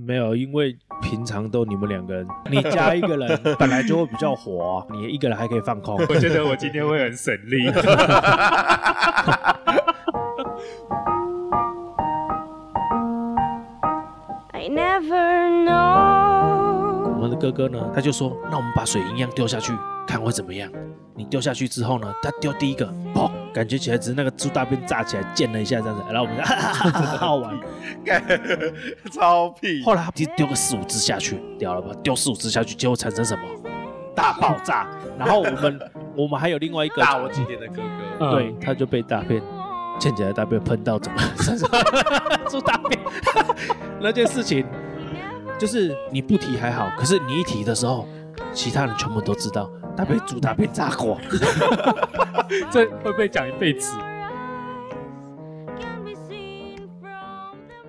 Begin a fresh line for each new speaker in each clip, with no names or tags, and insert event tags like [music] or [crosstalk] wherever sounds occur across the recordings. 没有，因为平常都你们两个人，你加一个
[laughs]
人本来就会比较火啊、你一个人还可以放空。
我觉得我今天会很省力。
I never know.
我们的哥哥呢，他就说，那我们把水银样丢下去，看会怎么样。你丢下去之后呢，他丢第一个，砰，感觉起来只是那个猪大便炸起来溅了一下这样子，然后我们就 [laughs] 哈哈哈哈哈哈好玩。
干 [laughs] 超屁，
后来他直接丢个四五只下去，屌了吧？丢四五只下去，结果产生什么？大爆炸。然后我们我们还有另外一个，
大我几年的哥哥，
对，他就被大便溅起来的大便喷到
[laughs]
整个身上，猪大便。 [laughs] 那件事情就是你不提还好，可是你一提的时候，其他人全部都知道他被猪大便炸过。
[laughs] 这会不会讲一辈子？
Can be seen from the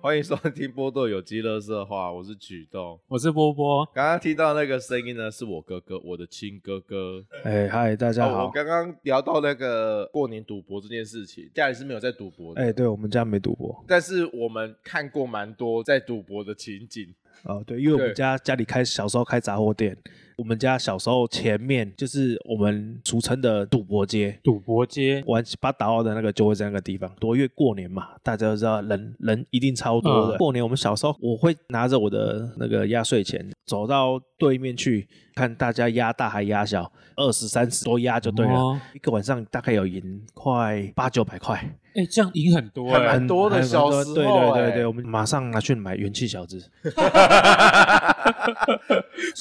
欢迎收听波豆有机乐色话，我是举动。
我是波波，
刚刚听到那个声音呢，是我哥哥，我的亲哥哥。
哎嗨，大家
哦，
好
我。刚刚聊到那个过年赌博这件事情，家里是没有在赌博的，
哎，对我们家没赌博
但是我们看过蛮多在赌博的情景。
[laughs] 哦，对，因为我们
对
家家里开小时候开杂货店，我们家小时候前面就是我们俗称的赌博街，
赌博街
玩八达奥的那个就会在那个地方多，因为过年嘛，大家都知道人人一定超多的。
嗯
过年我们小时候，我会拿着我的那个压岁钱走到对面去看大家压大还压小，二十三十多压就对了，
哦
一个晚上大概有赢快八九百块，
哎、这样赢很多
还
哎、
蛮多的
还
小时候
对对对
哎
对，我们马上拿去买元气小子，是
不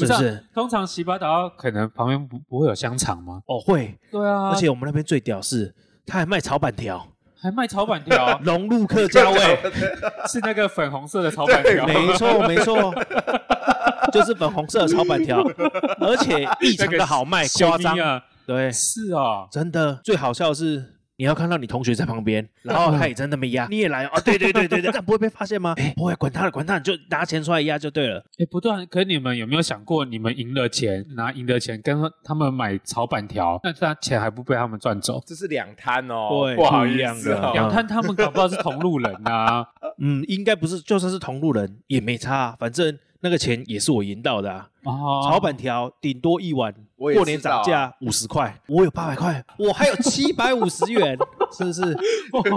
不
啊
是？
通常洗把岛可能旁边不不会有香肠吗？
哦，会，
对啊，
而且我们那边最屌是，他还卖炒板条，，
还卖炒板条
啊
[laughs] 融入客
[laughs]
家味。
是那个粉红色的炒板条，
没
[laughs]
错，没错，就是粉红色的炒板条，而且异常的好卖，
小
夸
咪
张。
啊，
对，
是啊、
真的最好笑的是。你要看到你同学在旁边，然后他也在那边压，你也来哦，对对对对 [laughs] 对，这样不会被发现吗？哎，不会，管他了，管他了，你就拿钱出来压就对了。
哎、不对啊，可你们有没有想过，你们赢了钱，拿赢的钱跟他们买炒板条，那他钱还不被他们赚走？
这是两摊哦，
对
不好
不一
意
样
思
的
哦。
两摊他们搞不好是同路人啊，
嗯，应该不是，就算是同路人也没差啊，反正那个钱也是我赢到的啊。
哦，
炒板条顶多一碗，
我也
过年
知
涨
道啊
价五十块，我有八百块，我还有七百五十元， [laughs] 是不是？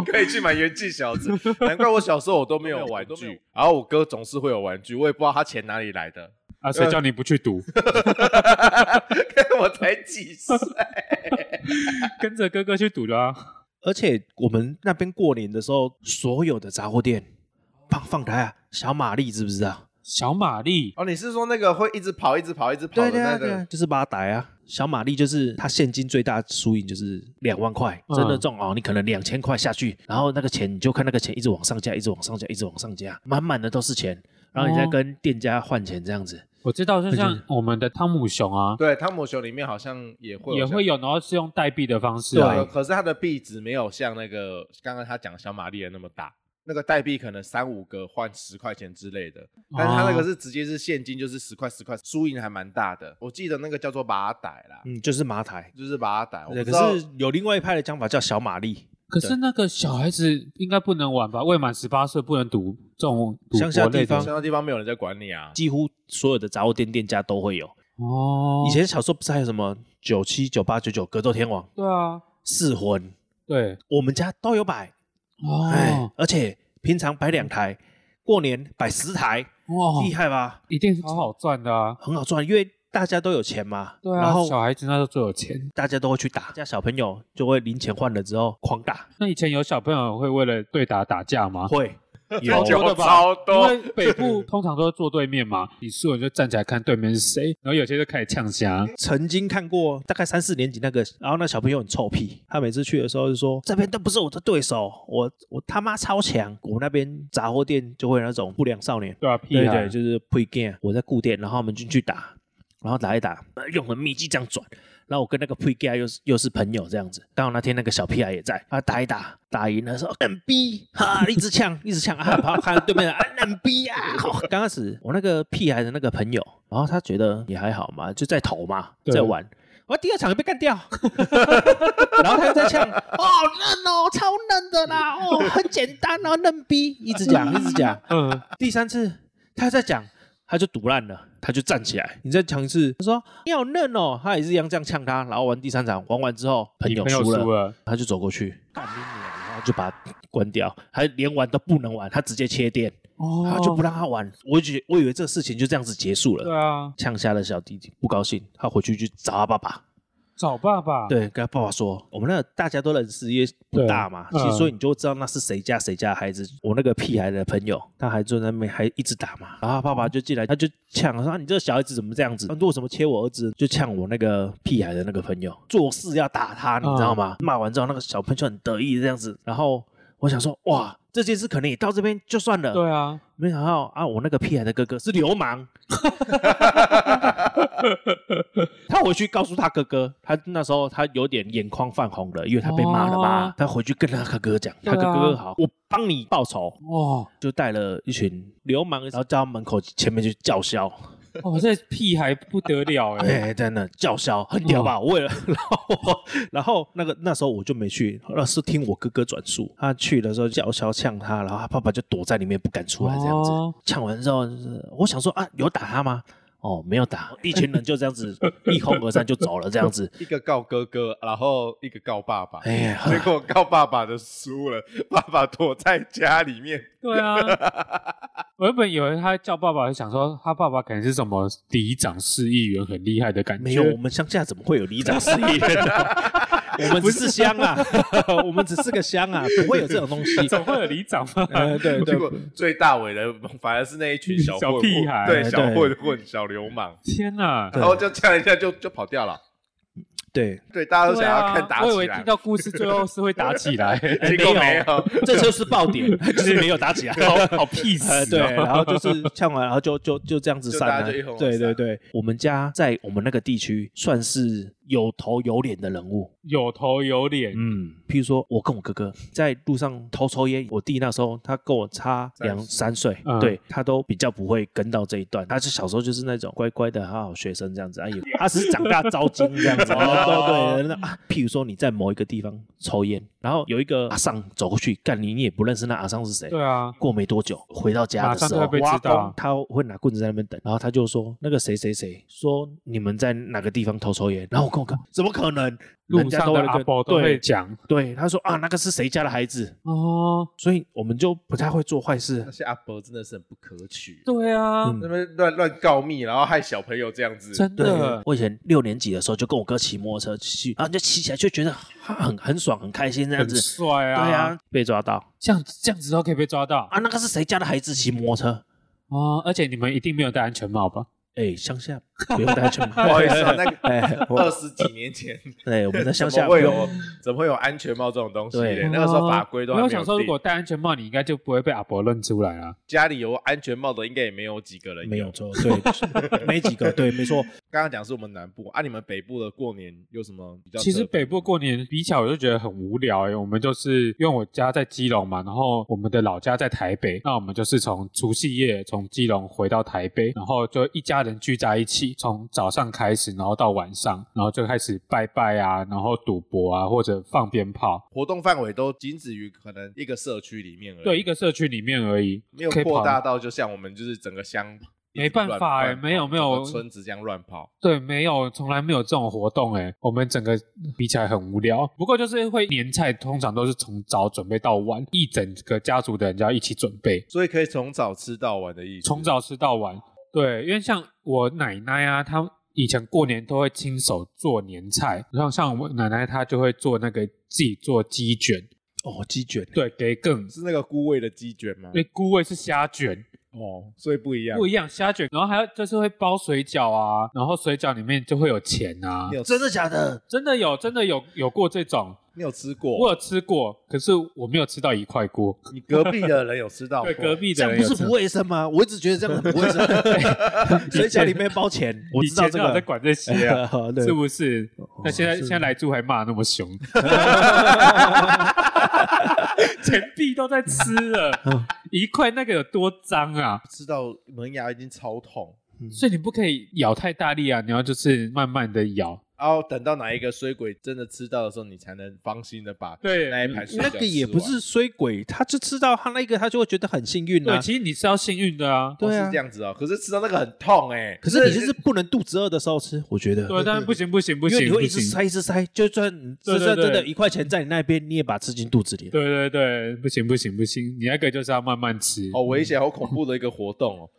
可以去买元气小 [laughs] 子。难怪我小时候我哦都没有玩具，然后我哥总是会有玩具，我也不知道他钱哪里来 [laughs] 的。
[laughs] 啊，谁叫你不去赌？ [laughs]
我才几岁，
跟着哥哥去赌的啊。
而且我们那边过年的时候，所有的杂货店放放台啊，小玛丽知不啊知道？
小玛丽，
哦，你是说那个会一直跑、一直跑、一直跑的
啊
那个？
就是八台啊。小玛丽就是她现金最大输赢就是两万块，
嗯
真的中哦，你可能两千块下去，然后那个钱你就看那个钱一直往上加，一直往上加，一直往上加，满满的都是钱，然后你再
哦
跟店家换钱这样子。
我知道，就像我们的汤姆熊啊，
对，汤姆熊里面好像也会
也会
有
有，然后是用代币的方式
像，对，
啊。
可是它的币值没有像那个刚刚他讲小玛丽的那么大。那个代币可能三五个换十块钱之类的，但是他那个
哦
是直接是现金，就是十块十块，输赢还蛮大的。我记得那个叫做把它逮啦，
嗯，就是麻台。
就是把它逮。我不
对，
知道
可是有另外一派的讲法叫小玛丽，
可是那个小孩子应该不能玩吧？未满十八岁不能赌这种赌
乡下
博
地
类
方
的
乡下地方没有人在管你啊，
几乎所有的杂货店店家都会有。
哦。
以前小时候不是还有什么九七、九八、九九格斗天王、
对啊，
噬魂，
对
我们家都有摆，哎
哦，
而且平常摆两台，过年摆十台，
哇，
厉害吧？
一定超好赚的啊！
很好赚，因为大家都有钱嘛。
对
然
啊，
后
小孩子那时候最有钱。
大家都会去打，家小朋友就会零钱换了之后狂打，
那以前有小朋友会为了对打打架吗？ [laughs]
会
超
有
啊久多的吧
超
因
多，
为北部通常都是坐对面嘛，你输了就站起来看对面是谁，然后有些就开始呛虾。
曾经看过大概三四年级那个，然后那小朋友很臭屁，他每次去的时候就说这边都不是我的对手，我我他妈超强。我们那边杂货店就会有那种不良少年，
对啊，屁
对
孩
对，就是配 game，我在固店，然后他们进去打，然后打一打，呃用很密集这样转。然后我跟那个 pre g a 又是又是朋友这样子，刚好那天那个小屁孩也在，他打一打，打赢了说很逼，哈，一直呛，一直呛啊，跑看对面的啊，很逼啊。好刚开始我那个屁孩的那个朋友，然后他觉得也还好嘛，就在投嘛，
对
在玩。我第二场就被干掉， [laughs] 然后他又在呛，哦，嫩哦，超嫩的啦，哦，很简单哦，嫩逼，一直讲，一直讲。
嗯，
[laughs] 第三次他又在讲，他就堵烂了，他就站起来，你再讲一次，他说你好嫩哦，他也是一样这样呛他，然后玩第三场，玩完之后朋友
朋友
输了，
输了，
他就走过去，干你娘，然后就把他关掉，他连玩都不能玩，他直接切电，
哦
啊他就不让他玩，我觉我以为这个事情就这样子结束了，
对啊，
呛下的小弟弟不高兴，他回去去找他爸爸，
找爸爸，，
对，跟他爸爸说，我们那个大家都认识，因为不大嘛，
对嗯
其实所以你就知道那是谁家谁家的孩子。我那个屁孩的朋友，他还坐在那边还一直打嘛，然后他爸爸就进来，他就呛说、啊：“你这个小孩子怎么这样子？你为什么切我儿子？”就呛我那个屁孩的那个朋友，做事要打他，你知
嗯
道吗？骂完之后，那个小朋友就很得意这样子，然后我想说，哇，这件事可能也到这边就算了，
对啊，
没想到啊，我那个屁孩的哥哥是流氓，
[laughs]
他回去告诉他哥哥，他那时候他有点眼眶泛红了，因为他被骂了嘛。
哦
他回去跟他哥哥讲，
对
他
啊
哥哥好，我帮你报仇，
哇，
就带了一群流氓，然后叫他门口前面去叫嚣，
哦，这屁孩不得了哎，
哎，嗯在那叫嚣，很屌吧？我为了， [laughs] 然后然后那个那时候我就没去，那是听我哥哥转述，他去的时候叫嚣呛他，然后他爸爸就躲在里面不敢出来这样子。
哦
呛完之后，就是我想说啊，有打他吗？哦，没有打，一群人就这样子一哄而散就走了，这样子。
一个告哥哥，然后一个告爸爸，
哎呀，
结果告爸爸的输了，爸爸躲在家里面，
[laughs]
对啊，我原本以为他叫爸爸，想说他爸爸可能是什么里长、市议员，很厉害的感觉。
没有，我们乡下怎么会有里长市议员呢？ [laughs] 我们只是乡啊， [laughs] 我们只是个乡啊，不会有 [laughs] 这种东西。
总会有里长吗？
[laughs] 呃，对
结
对，
果最大尾的反而是那一群小混
小
混，
屁孩哎
对
对
小混混、小流氓，
天哪！
对
然后就这样一下就就跑掉了。
对，
对，大家都
对
想
啊
要看打
我以
起
为
来
听，到故事最后是会打起来，
[laughs]
[laughs]
哎
结果没
没
[laughs]
有，
这就是爆点，就是没有打起来。
好屁事
呃，
哦。
对，然后就是呛完，然后就就就这样子
就
散
大家
了
就一哄。而
对对
散
对，我们家在我们那个地区算是有头有脸的人物。
有头有脸，
嗯，譬如说我跟我哥哥在路上偷抽烟，我弟那时候他跟我差两三岁，
嗯
对他都比较不会跟到这一段。他是小时候就是那种乖乖的好好学生这样子，啊也他只是长大招精这样子。
哦
对对对，那啊譬如说你在某一个地方抽烟，然后有一个阿桑走过去，干你你也不认识那阿桑是谁，
对啊，
过没多久回到家的时候，
马上就会被知道
我阿公他会拿棍子在那边等，然后他就说那个谁谁谁说你们在哪个地方偷抽烟，然后我跟我哥怎么可能？
嗯路
人家
上的
会
阿
跟
伯都会
对
讲
对，他说啊那个是谁家的孩子，
哦，
所以我们就不太会做坏事啊
那。些阿伯真的是很不可取，
对啊，
嗯
那边乱乱告密，然后害小朋友这样子，
真
对
的，
我以前六年级的时候就跟我哥骑摩托车去，然后就骑起来就觉得啊很很爽很开心这样
很
子。
帅
对
啊，
啊，，被抓到
这样这样子都可以被抓到
啊！那个是谁家的孩子骑摩托车？
哦，而且你们一定没有戴安全帽吧？
哎，乡下不用戴
[laughs]
全不
不好意思啊，那个
哎，
二
我
十几年前
对我们在乡
怎
下
么会
不用
有怎么会有安全帽这种东西嘞
对？
那个时候法规都还
我
没
想
有
说，如果
定，
戴安全帽，你应该就不会被阿伯认出来啊。
家里有安全帽的应该也没有几个人
没有。错，对，没几个，对，没错，
刚刚讲是我们南部啊，你们北部的过年有什么比较特别？
其实北部过年比起来，我就觉得很无聊哎、我们就是因为我家在基隆嘛，然后我们的老家在台北，那我们就是从除夕夜从基隆回到台北，然后就一家人聚在一起，从早上开始，然后到晚上，然后就开始拜拜啊，然后赌博啊，或者放鞭炮。
活动范围都仅止于可能一个社区里面而已，
对，一个社区里面而已，
没有
可以跑
扩大到就像我们就是整个乡。
没办法
哎、
欸没有没有
整个村子这样乱跑，
对，没有，从来没有这种活动诶。我们整个比起来很无聊，不过就是会年菜，通常都是从早准备到晚，一整个家族的人就要一起准备，
所以可以从早吃到晚的意思。
从早吃到晚。对，因为像我奶奶啊，她以前过年都会亲手做年菜，然后像我奶奶她就会做那个自己做鸡卷，
哦，鸡卷，
对，给更。
是那个菇味的鸡卷吗
因？为菇味是虾卷，
哦，所以不一样。
不一样，虾卷，然后还有就是会包水饺啊，然后水饺里面就会有钱啊
你，有
真的假的？
真的有，真的有有过这种，
你有吃过？
我有吃过，可是我没有吃到一块锅。
你隔壁的人有吃到过？
对，隔壁
这
的
样
人
不
有
是
吃
不卫生吗？我一直觉得这样很不 [laughs] 卫生，水饺里面包钱，我知道
以前
这
哪有在
个。哦
管这些啊，
[laughs] 对
是不是？那现在
是
现在来猪还骂得那么
[laughs]
凶，钱币都在吃了
嗯，
一块那个有多脏啊！
吃到门牙已经超痛，
所以你不可以咬太大力啊，你要就是慢慢的咬。
然后等到哪一个衰鬼真的吃到的时候，你才能放心的把
对
那一盘水
嗯
饺
那个也不
吃
是
完
衰鬼，他就吃到他那个，他就会觉得很幸运
对，
啊。
其实你是要幸运的啊。
对
哦
啊
是这，样子哦。可是吃到那个很痛哎、
可是你就是不能肚子饿的时候吃，我觉得。
对，啊但是不行不行不
因为
行
你
不
会一直
行，
塞一直塞，就算就
对对
算真的
对
一块钱在你那边，你也把它吃进肚子里。
对对对，不行不行不行，你那个就是要慢慢吃。
好危险、好恐怖的一个活动
[laughs]
哦。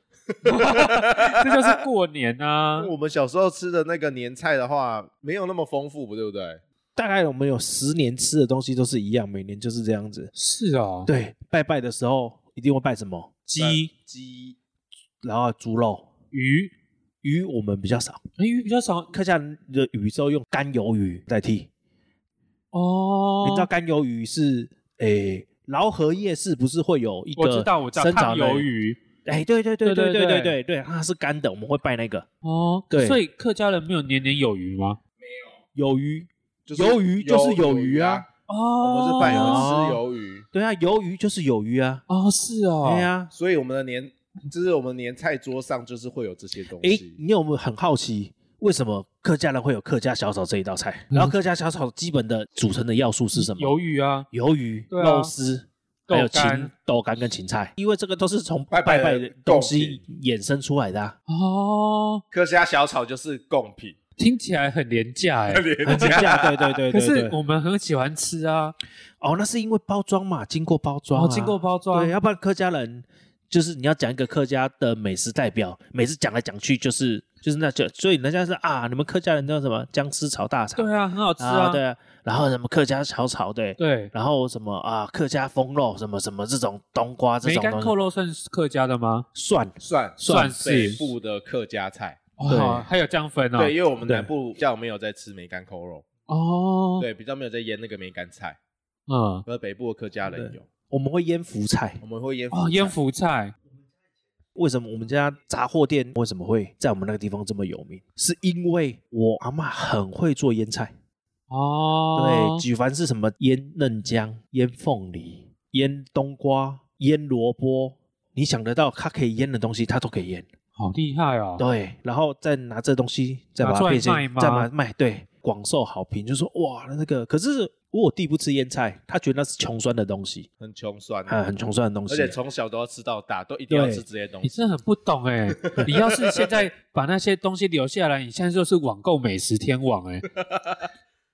这就是过年
[laughs]
啊。
我们小时候吃的那个年菜的话，没有那么丰富，不对不对？
大概我们有十年吃的东西都是一样，每年就是这样子。
是哦，
对，拜拜的时候一定会拜什么鸡，
鸡
然后猪肉、
鱼，
鱼，我们比较少。
诶哎鱼比较少
客家人的鱼之后用干鱿鱼代替。
哦。
你知道干鱿鱼是诶劳河夜市不是会有一个
我知道我知道
生长
烫
的
鱿？鱼
哎，对对对
对
对
对
对
对
对对，它是干的，我们会拜那个
哦。
对
所以客家人没有年年有余吗？
鱿鱼。
就是
鱿鱼就是
鱿
鱿鱼啊，
哦
我们是拜年
哦
吃鱿鱼，
对啊，鱿鱼就是鱿鱼啊。
哦，是哦，
对，啊，
所以我们的年就是我们年菜桌上就是会有这些东
哎，
西。
你有没有很好奇，为什么客家人会有客家小炒这一道菜？
嗯
然后客家小炒基本的组成的要素是什么？
鱿鱼啊，
鱿鱼、
对啊
肉丝，
豆
还有
干
芹豆干跟芹菜，因为这个都是从
拜
拜
拜的
拜的东西衍生出来的
[laughs]
啊。
哦，
客家小炒就是
[laughs]
贡品，
听起来很廉价哎、
很廉
啊
价， [laughs] 对对对对
可
对。
是我们很喜欢吃啊，
哦，那是因为包装嘛，经过包
然
装、
后
啊，
哦经过包装
对，，要不然客家人就是你要讲一个客家的美食代表，每次讲来讲去就是就是那就，所以人家是啊，你们客家人叫什么姜丝炒大肠，
对啊，很好吃啊，
对啊，然后什么客家炒炒对，
对
然后什么啊客家风肉什么什么这种冬瓜这
梅
种
干
东
扣
西，
肉算是客家的吗？
蒜
算
算
北
是，
部的客家菜。
对
哦，还有姜粉哦，
对，因为我们
对
南部比较没有在吃梅干扣肉，
哦，
对，比较没有在腌那个梅干菜，
嗯，
而北部的客家人
对
有，
我们会腌福菜
我，们会腌
哦，腌
菜
福菜，
为什么我们家杂货店为什么会在我们那个地方这么有名？是因为我阿嬷很会做腌菜。
哦
对，，举凡是什么腌嫩姜、腌凤梨、腌冬瓜、腌萝卜，你想得到它可以腌的东西，它都可以腌。
好厉害哦，
对，然后再拿这东西再把
拿出
它
来
变现
卖，吗
再把它卖，对，广受好评，就说哇那个，可是。我弟不吃腌菜，他觉得那是穷酸的东西，
很穷酸的，
啊，很穷酸的东西。
而且从小都要吃到大，都一定要
对
吃这些东
你
西。
真的很不懂哎、你要是现在把那些东西留下来，你现在就是网购美食天王哎、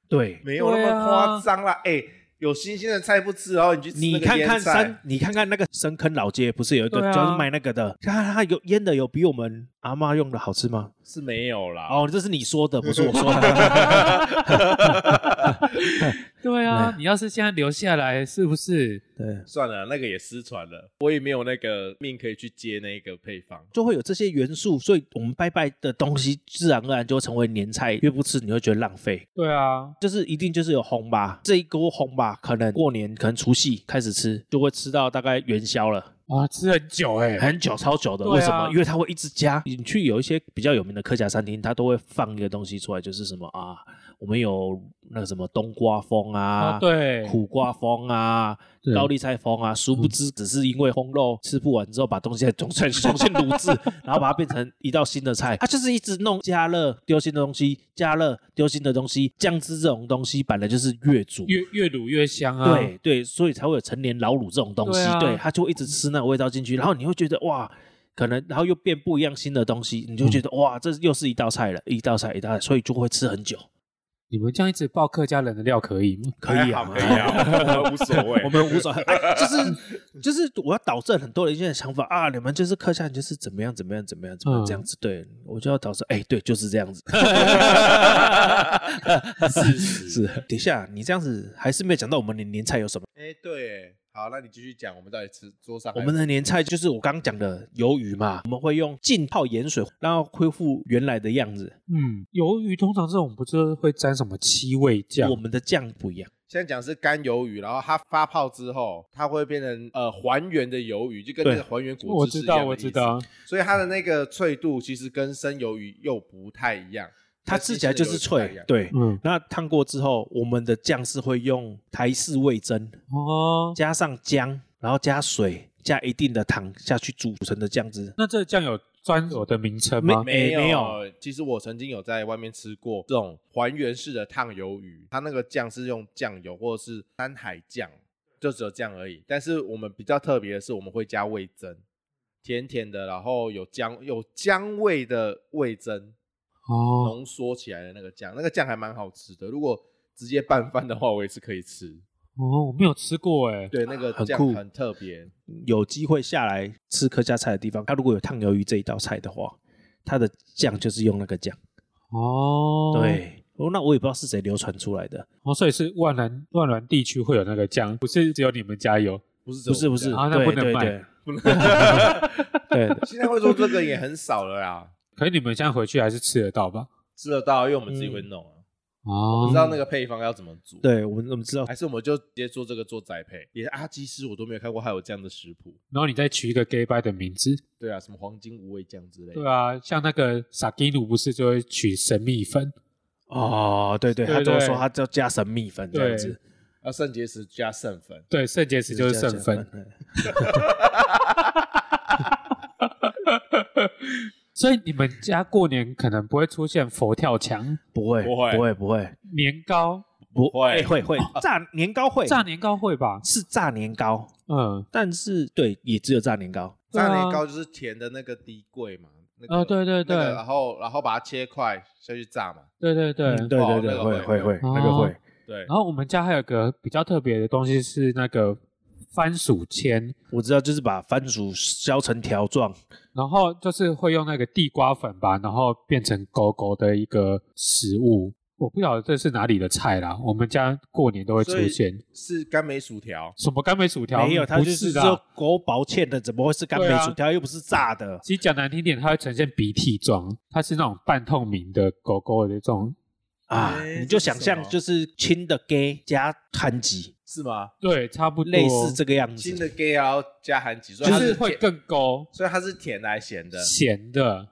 对，
没有那
对
么
啊
夸张啦，哎、有新鲜的菜不吃，然后你去吃
你
那个
看
腌
看
菜
山，你看看那个深坑老街，不是有一个
对啊
专门卖那个的？看它有腌的，有比我们阿嬷用的好吃吗？
是没有啦。
哦，这是你说的，不是我说的。
对啊，
对
你要是现在留下来，是不是？
[laughs] 对，
算了，那个也失传了，我也没有那个命可以去接那个配方。
就会有这些元素，所以我们拜拜的东西自然而然就会成为年菜，越不吃你会觉得浪费。
对啊，
就是一定就是有红吧，这一锅红吧，可能过年可能除夕开始吃，就会吃到大概元宵了，
哇，吃很久哎、
很久超久的。
对啊
为什么？因为它会一直加。你去有一些比较有名的客家餐厅，它都会放一个东西出来，就是什么啊，我们有那个什么冬瓜风啊，
啊，对，
苦瓜风啊
对，
高丽菜风啊，殊不知只是因为烘肉吃不完之后，把东西再重新 [laughs] 重新卤制，然后把它变成一道新的菜。它就是一直弄加热丢新的东西，加热丢新的东西，酱汁这种东西本来就是越煮。
越越卤越香啊。
对对，所以才会有陈年老卤这种东西
对，啊
对，它就会一直吃那个味道进去，然后你会觉得哇，可能然后又变不一样新的东西，你就觉得哇，这又是一道菜了，一道菜一道菜，所以就会吃很久，
你们这样一直爆客家人的料可以吗？
可以
还
啊，。
好可以啊，我无所
[laughs]
谓
我们无所谓，哎就是就是我要导正很多人一些想法啊，你们就是客家人就是怎么样怎么样怎么样怎么样
嗯
这样子，对我就要导正，哎，对，就是这样子。 [laughs]
事实
是，等一下你这样子还是没有讲到我们的年菜有什么？
哎、对，好，那你继续讲，我们到底吃桌上还
我
有
们
哎
的年菜就是我刚刚讲的鱿鱼嘛，我们会用浸泡盐水，然后恢复原来的样子。
嗯，鱿鱼通常这种不是会沾什么七味酱
我？们的酱不一样，
现在讲是干鱿鱼，然后它发泡之后，它会变成呃还原的鱿鱼，就跟那个
对
还原
我
果汁
知
是一样
道，
的
我
意思
知，道，
所以它的那个脆度其实跟生鱿鱼又不太一样，
它
跟
吃起来就是
新鲜的鱿鱼不
脆
太一样，。
对。
嗯，
那烫过之后，我们的酱是会用台式味增，
哦，
加上姜，然后加水，加一定的糖下去煮成的酱汁。
那这酱有专有的名称吗？
没
有，
没
其实我曾经有在外面吃过这种还原式的烫鱿鱼，它那个酱是用酱油或者是山海酱，就只有这样而已。但是我们比较特别的是，我们会加味增，甜甜的，然后有姜有姜味的味增，
哦，
浓缩起来的那个酱，那个酱还蛮好吃的。如果直接拌饭的话，我也是可以吃。
哦，我没有吃过哎。
对，那个
很
酱
酷
很特别，
有机会下来吃客家菜的地方，它如果有烫鱿鱼这一道菜的话，它的酱就是用那个酱。
哦，，
对，哦，那我也不知道是谁流传出来的，
哦，所以是万南万南地区会有那个酱，不是只有你们家有。
不是只有
不是不是，
我
啊
们
那
对
不能
对
卖
对
家不能
对，
[laughs] 现在会做这个也很少了啦，
可是你们现在回去还是吃得到吧？
吃得到，因为我们自己
嗯
会弄啊，
哦
不知道那个配方要怎么煮。，
对，我们我们知道
还是我们就直接做这个做宅配，连阿基师我都没有看过还有这样的食谱。
然后你再取一个 gay bye 的名字，
对啊，什么黄金无味酱之类的。
对啊，像那个萨基努不是就会取神秘粉，
哦，对对，
对
他都
对
说他叫加神秘粉这样子，
啊，肾结石加肾粉，
对，肾结石就是
加
肾粉，
粉，
[laughs] 所以你们家过年可能不会出现佛跳墙、
不会
不会
不会不会
年糕、
不
会
哎会会 [laughs] 炸年糕会
炸年糕会吧？
是炸年糕，
嗯，
但是对也只有炸年糕，
对啊
炸年糕就是甜的那个低桂嘛。那个
啊对对对
那个然后然后把它切块下去炸嘛。
对对对。
嗯对对
哦
对
那个
会
会
会会
哦
那个会，
对，
然后我们家还有个比较特别的东西是那个番薯签，
我知道就是把番薯削成条状，
然后就是会用那个地瓜粉吧，然后变成狗狗的一个食物。我不晓得这是哪里的菜啦，我们家过年都会
所
出
以
现。
是甘梅薯条，
什么甘梅薯条？
没有，它
不
就是
的
说
啊。
狗薄芡的，怎么会是甘梅
对啊
薯条？又不是炸的，
其实讲难听点，它会呈现鼻涕状，它是那种半透明的狗狗的这种。
啊，
诶
你
这
就是想
什
象
么
就是清的 gay 加韩籍，
是吗？
对，差不多
类似这个样
新的
子。
gay 要加含几，所以
就
它是
是会
甜，
更勾
所以它是甜的还是咸的？
咸的。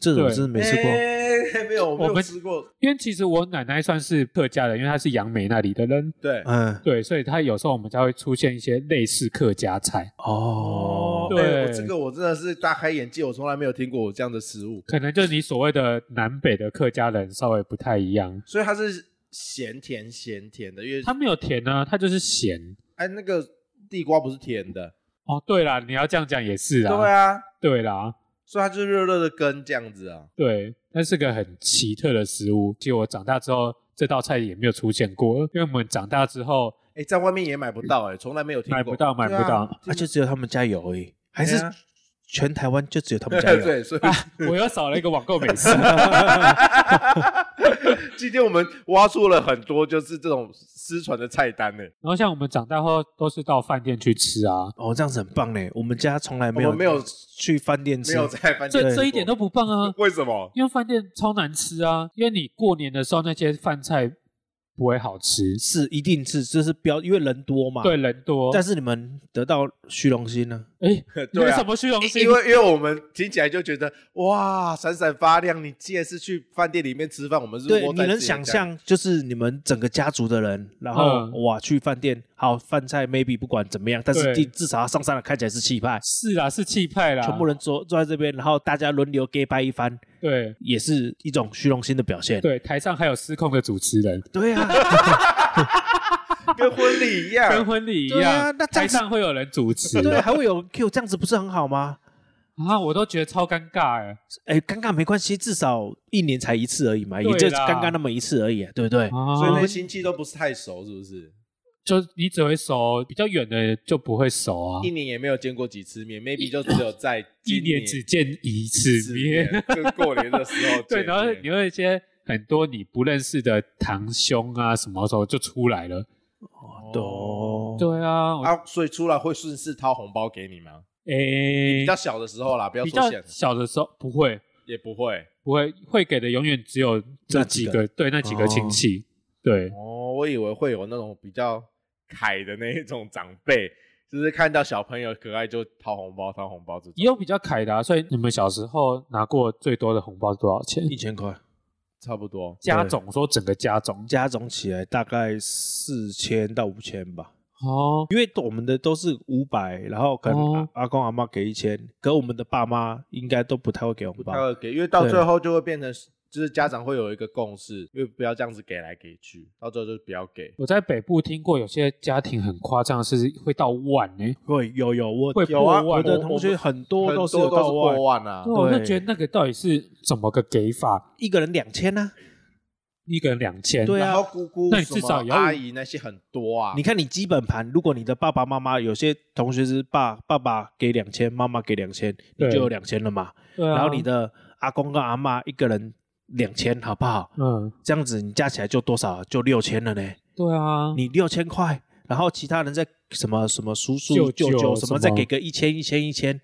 这种我
对
真的没吃过。
欸 [laughs] 没有，我没
我
有
们
吃过。
因为其实我奶奶算是客家人，因为她是杨梅那里的人，
对，
嗯，
对，所以她有时候我们家会出现一些类似客家菜，
哦，
对
欸我这个我真的是大开眼界，我从来没有听过我这样的食物，
可能就是你所谓的南北的客家人稍微不太一样。
所以它是咸甜咸甜的，因为
它没有甜呢、它就是咸。
哎那个地瓜不是甜的，
哦，对啦，你要这样讲也是啊，
对，啊，
对啦，
所以它就是热热的根这样子啊。
对，那是个很奇特的食物。其实我长大之后，这道菜也没有出现过，因为我们长大之后
哎，在外面也买不到，哎，从来没有听过，
买不到，买不
对啊
到。。
[laughs]
那就只有他们家有而已，还是
对啊
全台湾就只有他们家有？
对，所啊以
[laughs] 我又少了一个网购美
[laughs]
食。
今天我们挖出了很多就是这种失传的菜单呢，
然后像我们长大后都是到饭店去吃啊，
哦，这样子很棒嘞！我们家从来没有
我们没有
去饭店
没
吃，
有在饭店吃
这
过。
这一点都不棒啊，
为什么？
因为饭店超难吃啊，因为你过年的时候那些饭菜不会好吃，
是一定是这是标，因为人多嘛。
对，。人多。
但是你们得到虚荣心呢？
哎，你
对
有
啊
什么虚荣心？
因为因为我们听起来就觉得哇，闪闪发亮。你既然是去饭店里面吃饭，我们是
对，
窝
你
在
能
自己的
想
家
象就是你们整个家族的人，然后、
嗯
哇去饭店，好饭菜 maybe 不管怎么样，但是
对
至至少它上上来看起来是气派，
是啊，是气派啦，
全部人坐坐在这边，然后大家轮流 gay 拜一番，
对
也是一种虚荣心的表现。
对，台上还有失控的主持人，
对
[laughs]
啊，
跟婚礼一
跟
样，
婚礼一
对啊
样
那，这
台
样子
上会有人主持
对，啊还会有 Q 这样子，不是很好吗？
啊，我都觉得超尴尬哎。
哎，尴尬没关系，至少一年才一次而已嘛，
对
也
啦
就尴尬那么一次而已，对不对？
啊
所以那些亲戚都不是太熟，是不是？
就你只会熟比较远的就不会熟啊
一，年也没有见过几次面，maybe 就只有在
一
今
年只见一次面。
面，就过年的时候
[laughs] 对，
见
然后
面
你会有一些很多你不认识的堂兄啊，什么时候就出来了？
哦懂。
对啊，我
啊，所以出来会顺势掏红包给你吗？
诶
比较小的时候啦，不要
比
说
较
现在
小的时候不会，
也不会。
不会会给的永远只有这
那
几
几哦
个，对那几个亲戚，对
哦，我以为会有那种比较凯的那一种长辈，就是看到小朋友可爱就掏红包，掏红包这
也
种，
有比较凯的、啊，所以你们小时候拿过最多的红包是多少
[laughs]
钱？
一千块
差不多。
家总说整个家总
加总起来大概四千到五千吧，
哦，
因为我们的都是五百，然后可能
哦
阿阿公阿妈给一千，可我们的爸妈应该都不太会给红包
他。会给，因为到
对
最后就会变成是，就是家长会有一个共识，因为不要这样子给来给去，到最后就不要给。
我在北部听过有些家庭很夸张，是会到万呢、
会有有我
会
有
破
啊，
万
我的
我
同学很多
很
都
多
是
都
有
是
到
过
万，
万啊，
对，我就觉得那个到底是怎么个给法？
一个人两千啊呢。
一个人两千，
对啊
然后姑姑、
那你
什
至
么
少也要
阿姨那些很多啊。
你看你基本盘，如果你的爸爸妈妈有些同学是爸爸爸给两千，妈妈给两千，你
对
就有两千了嘛。
对啊，
然后你的阿公跟阿妈一个人两千，好不好？
嗯，
这样子你加起来就多少？就六千了呢。
对啊，
你六千块，然后其他人再什么什么叔叔
舅
舅
舅
舅
什
什么，
么
再给个一千一千一千，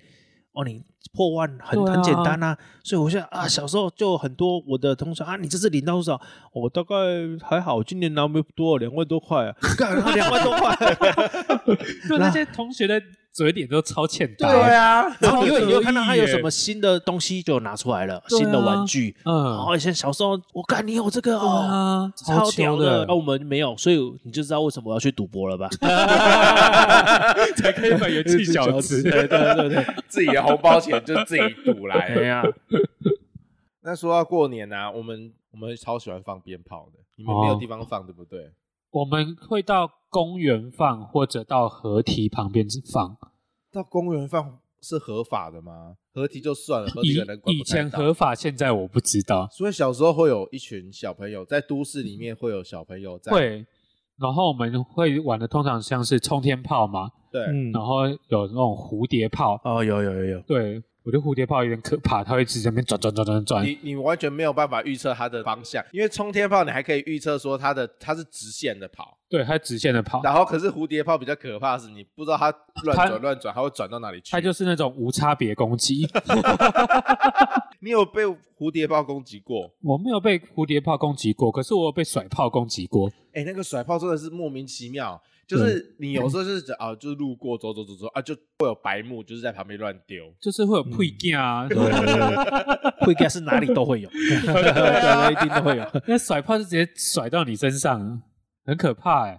哦，你破万很、
对啊
很简单啊。所以我现在啊，小时候就很多我的同学啊，你这次领到多少？我大概还好，今年拿没多两万多块、啊，干啊两万多块。
对那些同学的嘴脸都超欠打，
对，啊，
然后因为你又
可以
看到他有
耶
什么新的东西就拿出来了，
对啊
新的玩具。然
嗯，
后以前小时候，我干你有这个
对
哦，
啊，
超屌
屌
的。那我们没有，所以你就知道为什么我要去赌博了吧？
[laughs] 才可以买
[laughs]
元气小子。
对对对对，
[laughs] 自己的红包钱就自己赌来
哎
了。
呀，
那说到过年啊，我们我们超喜欢放鞭炮的，你们没
哦
有地方放，对不对？
我们会到公园放，或者到河堤旁边放。
到公园放是合法的吗？合体就算了，合体
以
可能管
以
不太
前
到
合法，现在我不知道。
所以小时候会有一群小朋友在都市里面会有小朋友在
嗯会，然后我们会玩的通常像是冲天炮嘛，
对，
嗯，
然后有那种蝴蝶炮。
哦，有有有有，
对，我觉得蝴蝶炮有点可怕，它会一直在那边转转转转转。
你你完全没有办法预测它的方向，因为冲天炮你还可以预测说它的它是直线的跑，
对，它直线的跑，
然后可是蝴蝶炮比较可怕的是你不知道它乱
它
转乱转，它会转到哪里去。
它就是那种无差别
[laughs]
攻击。
你有被蝴蝶炮攻击过？
我没有被蝴蝶炮攻击过，可是我有被甩炮攻击过。
哎、那个甩炮真的是莫名其妙，就是你有时候
嗯
就是觉得啊，就是路过走走走走啊，就会有白目就是在旁边乱丢。
就是会有配
嗯 [laughs]
件啊，
对对对，会该啊是哪里都
[laughs]
会有，对，一定都会有。
那甩炮就直接甩到你身上，很可怕哎、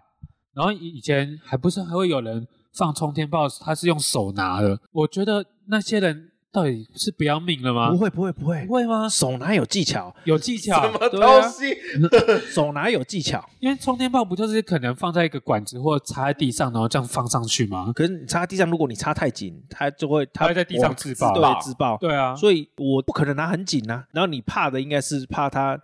然后以以前还不是还会有人放冲天炮，他是用手拿的。我觉得那些人到底是不要命了吗？
不会不会不会
不，会吗？
手拿有技巧，
有技巧
什，么
对啊
东西？ [laughs]
手拿有技巧。
因为冲天炮不就是可能放在一个管子或插在地上，然后这样放上去吗？
可是你插地上，如果你插太紧，它就会它
它会在地上
往
自爆
对，自爆。
对啊，
所以我不可能拿很紧啊。然后你怕的应该是怕它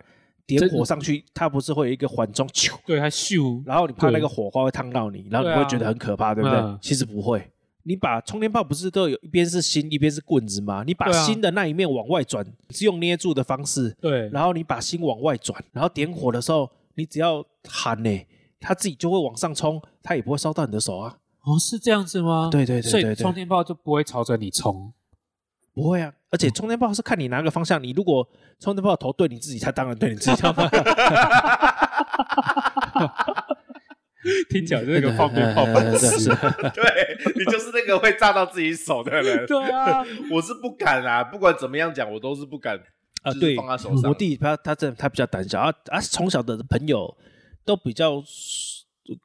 点火上去，它不是会有一个缓冲咻，
对，还咻，
然后你怕那
对
个火花会烫到你，然后你
对
会
啊
觉得很可怕，对不对
嗯？
其实不会。你把充电炮不是都有一边是芯一边是棍子吗？你把
对啊
芯的那一面往外转，是用捏住的方式，
对，
然后你把心往外转，然后点火的时候，你只要喊呢、它自己就会往上冲，它也不会烧到你的手啊。
哦，是这样子吗？
对对对
所
对
以
对
冲天炮就不会朝着你冲。
不会啊，而且充电炮是看你哪个方向。你如果充电炮头对你自己，它当然对你
[laughs]
自己。它当然
听起来就是个放鞭炮
对
白
对
痴。
哎是
对你就是那个会炸到自己手的人。
[laughs] 对啊，
我是不敢啊，不管怎么样讲，我都是不敢
啊，
就是
对，
放他手上
我
[laughs]
弟他他真的他比较胆小啊啊，从小的朋友都比较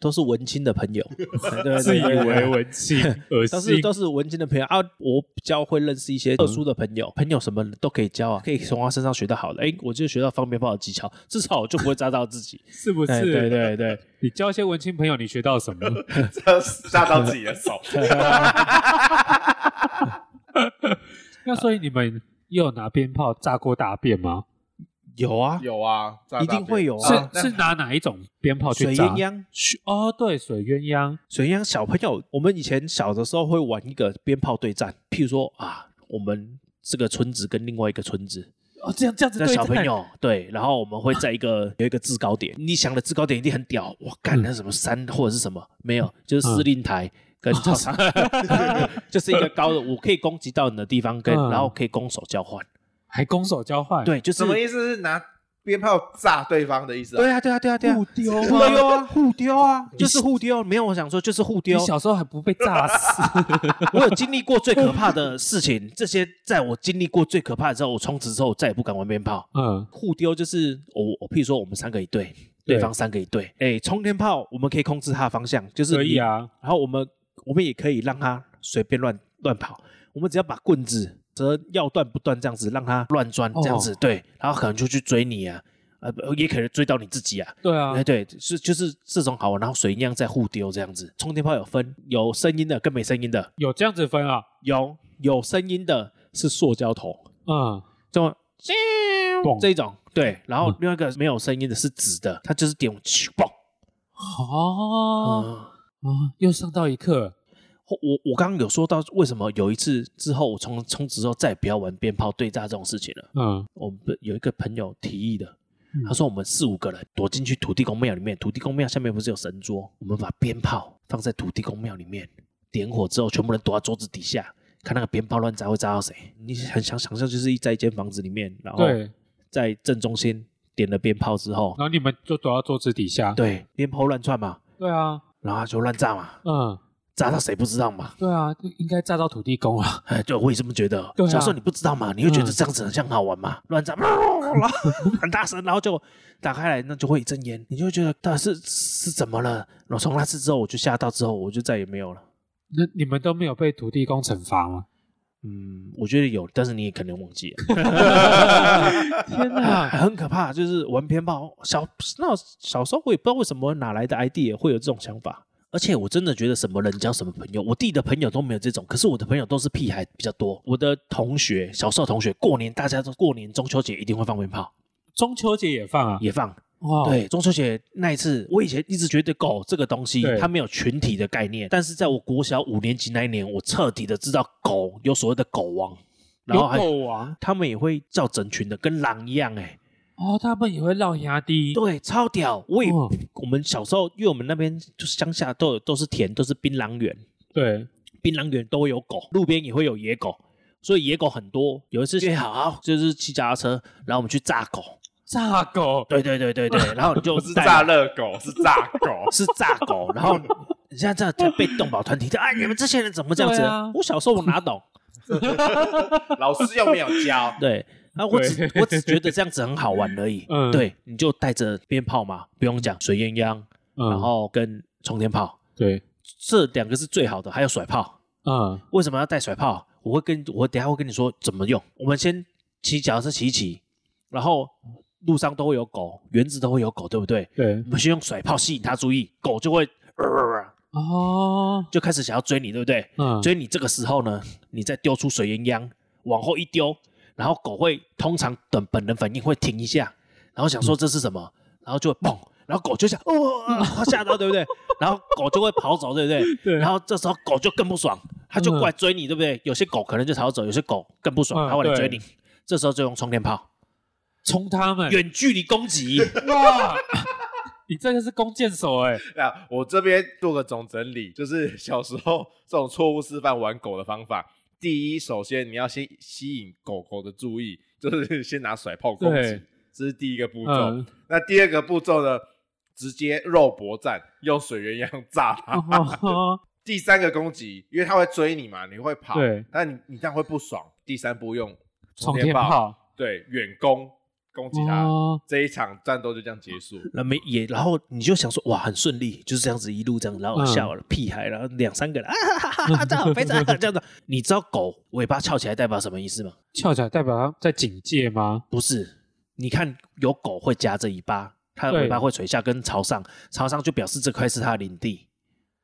都是文青的朋
[laughs]
友，对对
自
对
以为
对。
文青，恶
都是
心。
都是文青的朋友啊，我比较会认识一些特殊的朋友，朋友什么都可以交啊，可以从他身上学到好的。哎、我就学到放鞭炮的技巧，至少我就不会扎到自己。
是不
哎
是？
对对对，
你交一些文青朋友，你学到什
[laughs]
么？
炸炸到自己的手。
那所以你们也有拿鞭炮炸过大便吗？
有啊，
有啊，炸
一定会有
大
啊
便
是是拿哪一种鞭炮去
水
炸？
鸳鸯，
鸯哦，对，水鸳鸯。
水鸯小朋友，我们以前小的时候会玩一个鞭炮对战，譬如说啊，我们这个村子跟另外一个村子，
哦，这样这样子
那
对
小
战
朋友对，然后我们会在一个有一个制高点，嗯你想的制高点一定很屌，哇，干那什么山或者是什么没有，就是司令台。跟 [laughs] 操场， [laughs] 就是一个高的，我可以攻击到你的地方，跟
嗯
然后可以攻守交换。
还攻守交换，，
对，就是
什么意思？是拿鞭炮炸对方的意思、啊？
对啊，对啊，对啊，对啊，
互丢吗
互丢啊， [laughs] 互丢啊，就是互丢。没有，我想说就是互
你
丢。
小时候还不被炸
[laughs]
死？
我有经历过最可怕的事情，这些在我经历过最可怕的时候，我从此之后再也不敢玩鞭炮。
嗯，
互丢就是我我，譬如说我们三个一队，对方三个一队。哎，冲天炮我们可以控制它的方向，就是
可以
你。
啊，
然后我们我们也可以让它随便乱乱跑，我们只要把棍子则要断不断这样子，让它乱钻这样子，对，然后可能就去追你啊，呃，不也可能追到你自己啊，
对啊
哎、，对，是就是这种好玩，然后水一样在互丢这样子。冲天炮有分有声音的跟没声音的，
有这样子分啊，
有有声音的是塑胶头，
嗯，
这种
嘣
这种对，然后
嗯
另外一个没有声音的是直的，它就是点咻嘣。
哦，
嗯
啊，又上到一课，
我我我刚刚有说到为什么有一次之后，我从从此之后再也不要玩鞭炮对炸这种事情了。
嗯，
我们有一个朋友提议的
嗯，
他说我们四五个人躲进去土地公庙里面，土地公庙下面不是有神桌，我们把鞭炮放在土地公庙里面，点火之后，全部人躲在桌子底下，看那个鞭炮乱炸会炸到谁。你很想想象，就是一在一间房子里面，然后
对，
在正中心点了鞭炮之后
然，后你们就躲到桌子底下，
对，鞭炮乱窜嘛，
对啊，
然后就乱炸嘛，
嗯，
炸到谁不知道嘛。
对啊，应该炸到土地公啊，
哎，对，我也这么觉得
对。啊
小时候你不知道嘛，你会觉得这样子很像好玩
[laughs]
嘛，乱炸，然后很大声，然后就打开来，那就会一阵烟，你就会觉得到底是是怎么了？然后从那次之后，我就吓到，之后我就再也没有了。
那你们都没有被土地公惩罚吗？
嗯，我觉得有，但是你也可能忘记了，
天哪，
很可怕。就是玩鞭炮，小那小时候我也不知道为什么哪来的 idea 会有这种想法。而且我真的觉得什么人交什么朋友，我弟的朋友都没有这种，可是我的朋友都是屁孩比较多。我的同学，小时候同学，过年大家都过年中秋节一定会放鞭炮，
[laughs] 中秋节也放啊？
也放。
哇，
对，中秋节那一次，我以前一直觉得狗这个东西
对
它没有群体的概念，但是在我国小五年级那一年，我彻底的知道狗有所谓的狗王，然后
有
还
狗王
他们也会叫整群的，跟狼一样哎、
哦，他们也会绕牙低，
对，超屌。我也、
哦
我们小时候，因为我们那边就是乡下都有都是田，都是槟榔园，
对，
槟榔园都会有狗，路边也会有野狗，所以野狗很多。有一次约好就是骑脚踏车，然后我们去炸狗，
炸狗，
对对对对
[laughs]
对，然后你就
不是
带。
炸热狗，是炸狗
是炸狗，然后人家这样才被动保团体的，哎，你们这些人怎么这样子？
对啊
我小时候我哪懂？
老师又没有
[laughs]
教，
对，
[laughs]
啊，我只
对
我只觉得这样子很好玩而已。
嗯
对，你就带着鞭炮嘛，不用讲，水鸳鸯，
嗯
然后跟冲天炮，
对，
这两个是最好的，还有甩炮。
嗯，
为什么要带甩炮？我会跟我等一下会跟你说怎么用。我们先骑脚踏车骑一骑，然后路上都会有狗，园子都会有狗，对不对？
对
我，们先用甩炮吸引它注意，狗就会、
哦，
就开始想要追你，对不对？
嗯，
所以你这个时候呢，你再丢出水鸳鸯，往后一丢，然后狗会通常等本能反应会停一下，然后想说这是什么，然后就会蹦，然后狗就想哦
[laughs]
啊啊吓到对不对？然后狗就会跑走对不对？
对
然后这时候狗就更不爽，它就过来追你对不对？有些狗可能就逃走，有些狗更不爽，
嗯
它会来追
对
你。这时候就用充电炮，
冲他们，
远距离攻击。
哇，你这个是弓箭手哎，
那我这边做个总整理，就是小时候这种错误示范玩狗的方法。第一，首先你要先吸引狗狗的注意，就是先拿甩炮攻击
对，
这是第一个步骤。
嗯，
那第二个步骤呢，直接肉搏战，用水源样炸它。
哦 [laughs]
第三个攻击，因为它会追你嘛，你会跑，
对，
那你你这样会不爽。第三步用
冲天炮，
对，远攻攻击它。
哦，
这一场战斗就这样结束。
那没也，然后你就想说哇，很顺利，就是这样子一路这样，然后
嗯
吓我了屁孩，然后两三
[laughs]
个人啊哈哈哈哈，这样非常这样子。你知道狗尾巴翘起来代表什么意思吗？
翘起来代表他在警戒吗？
不是，你看有狗会夹着尾巴，它的
对
尾巴会垂下跟朝上，朝上就表示这块是它的领地，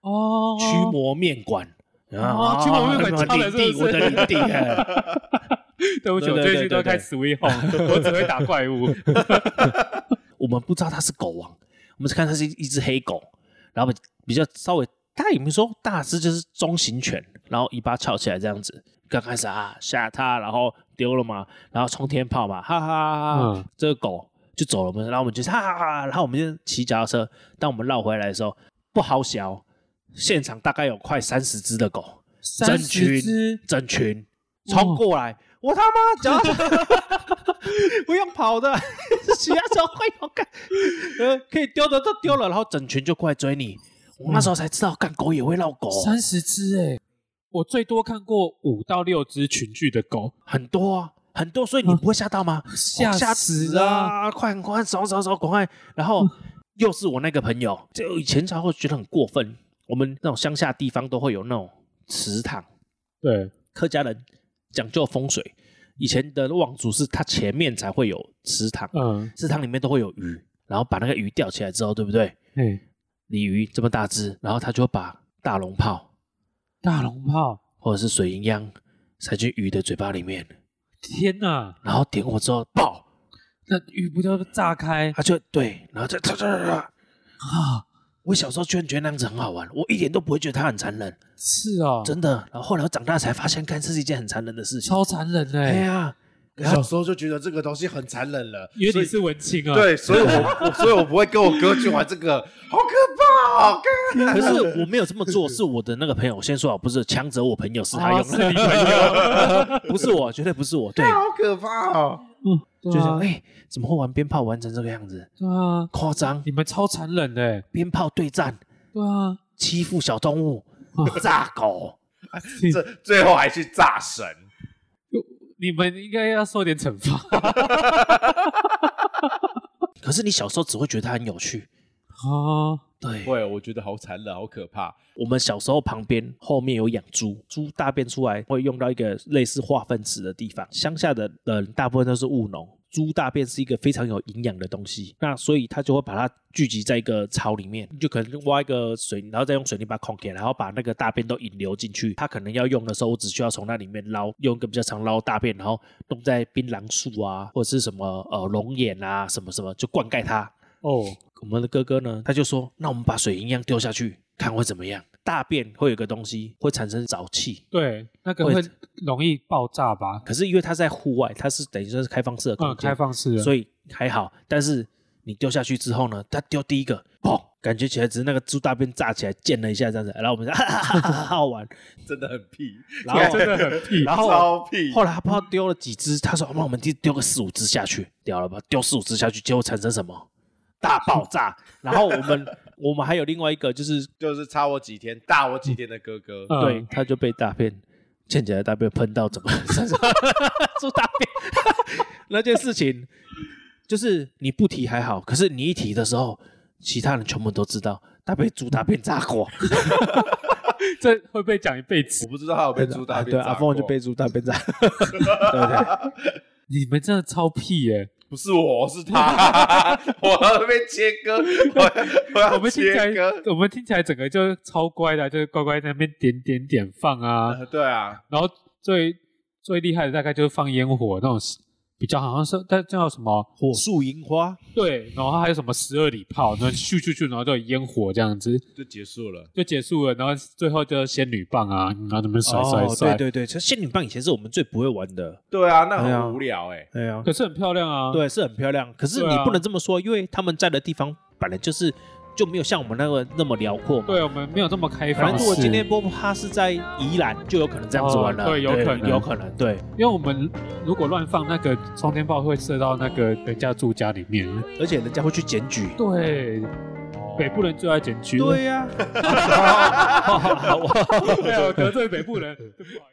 哦，
驱魔面馆。
哦驱魔面
[laughs]
馆
啊
敲了
领地，
是不
我
是
的领地，哎
[laughs] 对不起，我
对对
最近都
对对
在 Sweet Home，我只会打怪物。
我们不知道它是狗王，我们只看它是一只黑狗，然后比较稍微它也没说大只，就是中型犬，然后尾巴翘起来这样子。刚开始啊吓它，然后丢了嘛，然后冲天炮嘛，哈哈哈哈，
嗯
这个狗就走了嘛，然后我们就哈哈哈哈，然后我们就骑脚踏车，当我们绕回来的时候，不好小，现场大概有快三十只的狗，
[laughs] 三
群
十只，
整群
哇
冲过来，我他妈
[laughs]
脚踏车不用跑的， [laughs] 其他时候会有干， [laughs] 呃，可以丢的都丢了，然后整群就过来追你。我那时候才知道，干狗也会绕狗，
嗯三十只哎！我最多看过五到六只群聚的狗，哦
很多啊，很多，所以你不会吓到吗？
嗯
啊
吓
吓死！
死啊嗯
啊！快快走走走，赶快！然后又是我那个朋友，就以前才会觉得很过分。我们那种乡下地方都会有那种祠堂，
对，
客家人讲究风水，以前的望族是它前面才会有祠堂，
嗯，
祠堂里面都会有鱼，然后把那个鱼钓起来之后，对不对？
哎、
鲤鱼这么大只，然后他就把大龙炮
大龙炮，
或者是水银秧塞进鱼的嘴巴里面，
天哪，
然后点火之后爆，
那鱼不就炸开
他就对，然后就哒哒哒哒。
啊？
我小时候居然觉得那样子很好玩，我一点都不会觉得它很残忍，
是哦，
真的。然后后来我长大才发现，看这是一件很残忍的事情。
超残忍欸的、
哎呀，
[laughs] 我小时候就觉得这个东西很残忍了，
因为
所
你
以
是文青啊，，
对，所以我我所以我不会跟我哥去玩这个，好可怕，好可
哎
怕。
可是我没有这么做，是我的那个朋友。我先说好，啊不是强者我朋友，是他用
哦是
的，
你朋友，
[laughs] 不是我，绝对不是我。对，
好可怕哦！
对
就是
啊，
哎，怎么会玩鞭炮玩成这个样子？
对啊，
夸张
你，们超残忍的、欸
鞭炮对战，
对啊，
欺负小动物
啊，
炸狗。
你
这最后还去炸神，
你们应该要受点惩罚
可是你小时候只会觉得它很有趣。
啊。
对，
会，我觉得好残忍，好可怕。
我们小时候旁边后面有养猪，猪大便出来会用到一个类似化粪池的地方。乡下的人大部分都是务农，猪大便是一个非常有营养的东西，那所以他就会把它聚集在一个槽里面，就可能挖一个水泥，然后再用水泥把它孔起来，然后把那个大便都引流进去。他可能要用的时候，我只需要从那里面捞，用一个比较长捞大便，然后弄在槟榔树啊，或者是什么呃龙眼啊，什么什么就灌溉它。
哦，
我们的哥哥呢，他就说：“那我们把水银样丢下去，看会怎么样？大便会有个东西会产生沼气，
对，那个
会
会容易爆炸吧？
可是因为它在户外，它是等于说是开放式的空
嗯，
间，
开放式的，
所以还好。但是你丢下去之后呢，它丢第一个，砰，感觉起来只是那个猪大便炸起来溅了一下这样子，然后我们就哈哈哈哈哈好玩。
真的很屁，
然后
真的很
[laughs]
屁
然后
超屁。
后来他不知道丢了几只，他说：‘那我们丢丢个四五只下去，屌了吧？丢四五只下去，结果产生什么？大爆炸。然后我们我们还有另外一个就是
就是差我几天，大我几天的哥哥，
嗯
对，他就被大便溅起来的大便喷到整个身上， [laughs] 猪大便 [laughs] 那件事情，就是你不提还好，可是你一提的时候，其他人全部都知道他被猪大便炸过，
这会被讲一辈
我
子。
不知道他有被猪大便
哎啊对，
炸
阿峰就
过
被猪大便炸，对不对？ [laughs]
你们真的超屁耶、
不是我
[laughs]
是他，我要被切割，我要我
我
要
们听起来
切割，，
我们听起来整个就超乖的啊，就是乖乖在那边点点点放啊，
呃对啊，
然后最最厉害的大概就是放烟火那种，比较好像是但叫什么
火树银花，
对，然后还有什么十二里炮，然后咻咻咻，然后就有烟火这样子
就结束了。
就结束了，然后最后就仙女棒啊，然后那边甩甩
哦，
甩，
对对对，其实仙女棒以前是我们最不会玩的，
对啊，那
哎呀
很无聊哎。
对啊，
可是很漂亮啊，
对，是很漂亮。可是
对
你
啊
不能这么说，因为他们在的地方本来就是就没有像我们那个那么辽阔嘛，
对，我们没有这么开
反
放
正如
式，
果今天波波他是在宜兰，就有可能这样子玩了。
哦对有可能
有可能，对。
因为我们如果乱放那个冲天炮会射到那个人家住家里面，
而且人家会去检举。
对，北部人最爱检区，
对呀、
啊没有得罪北部人，对不好意思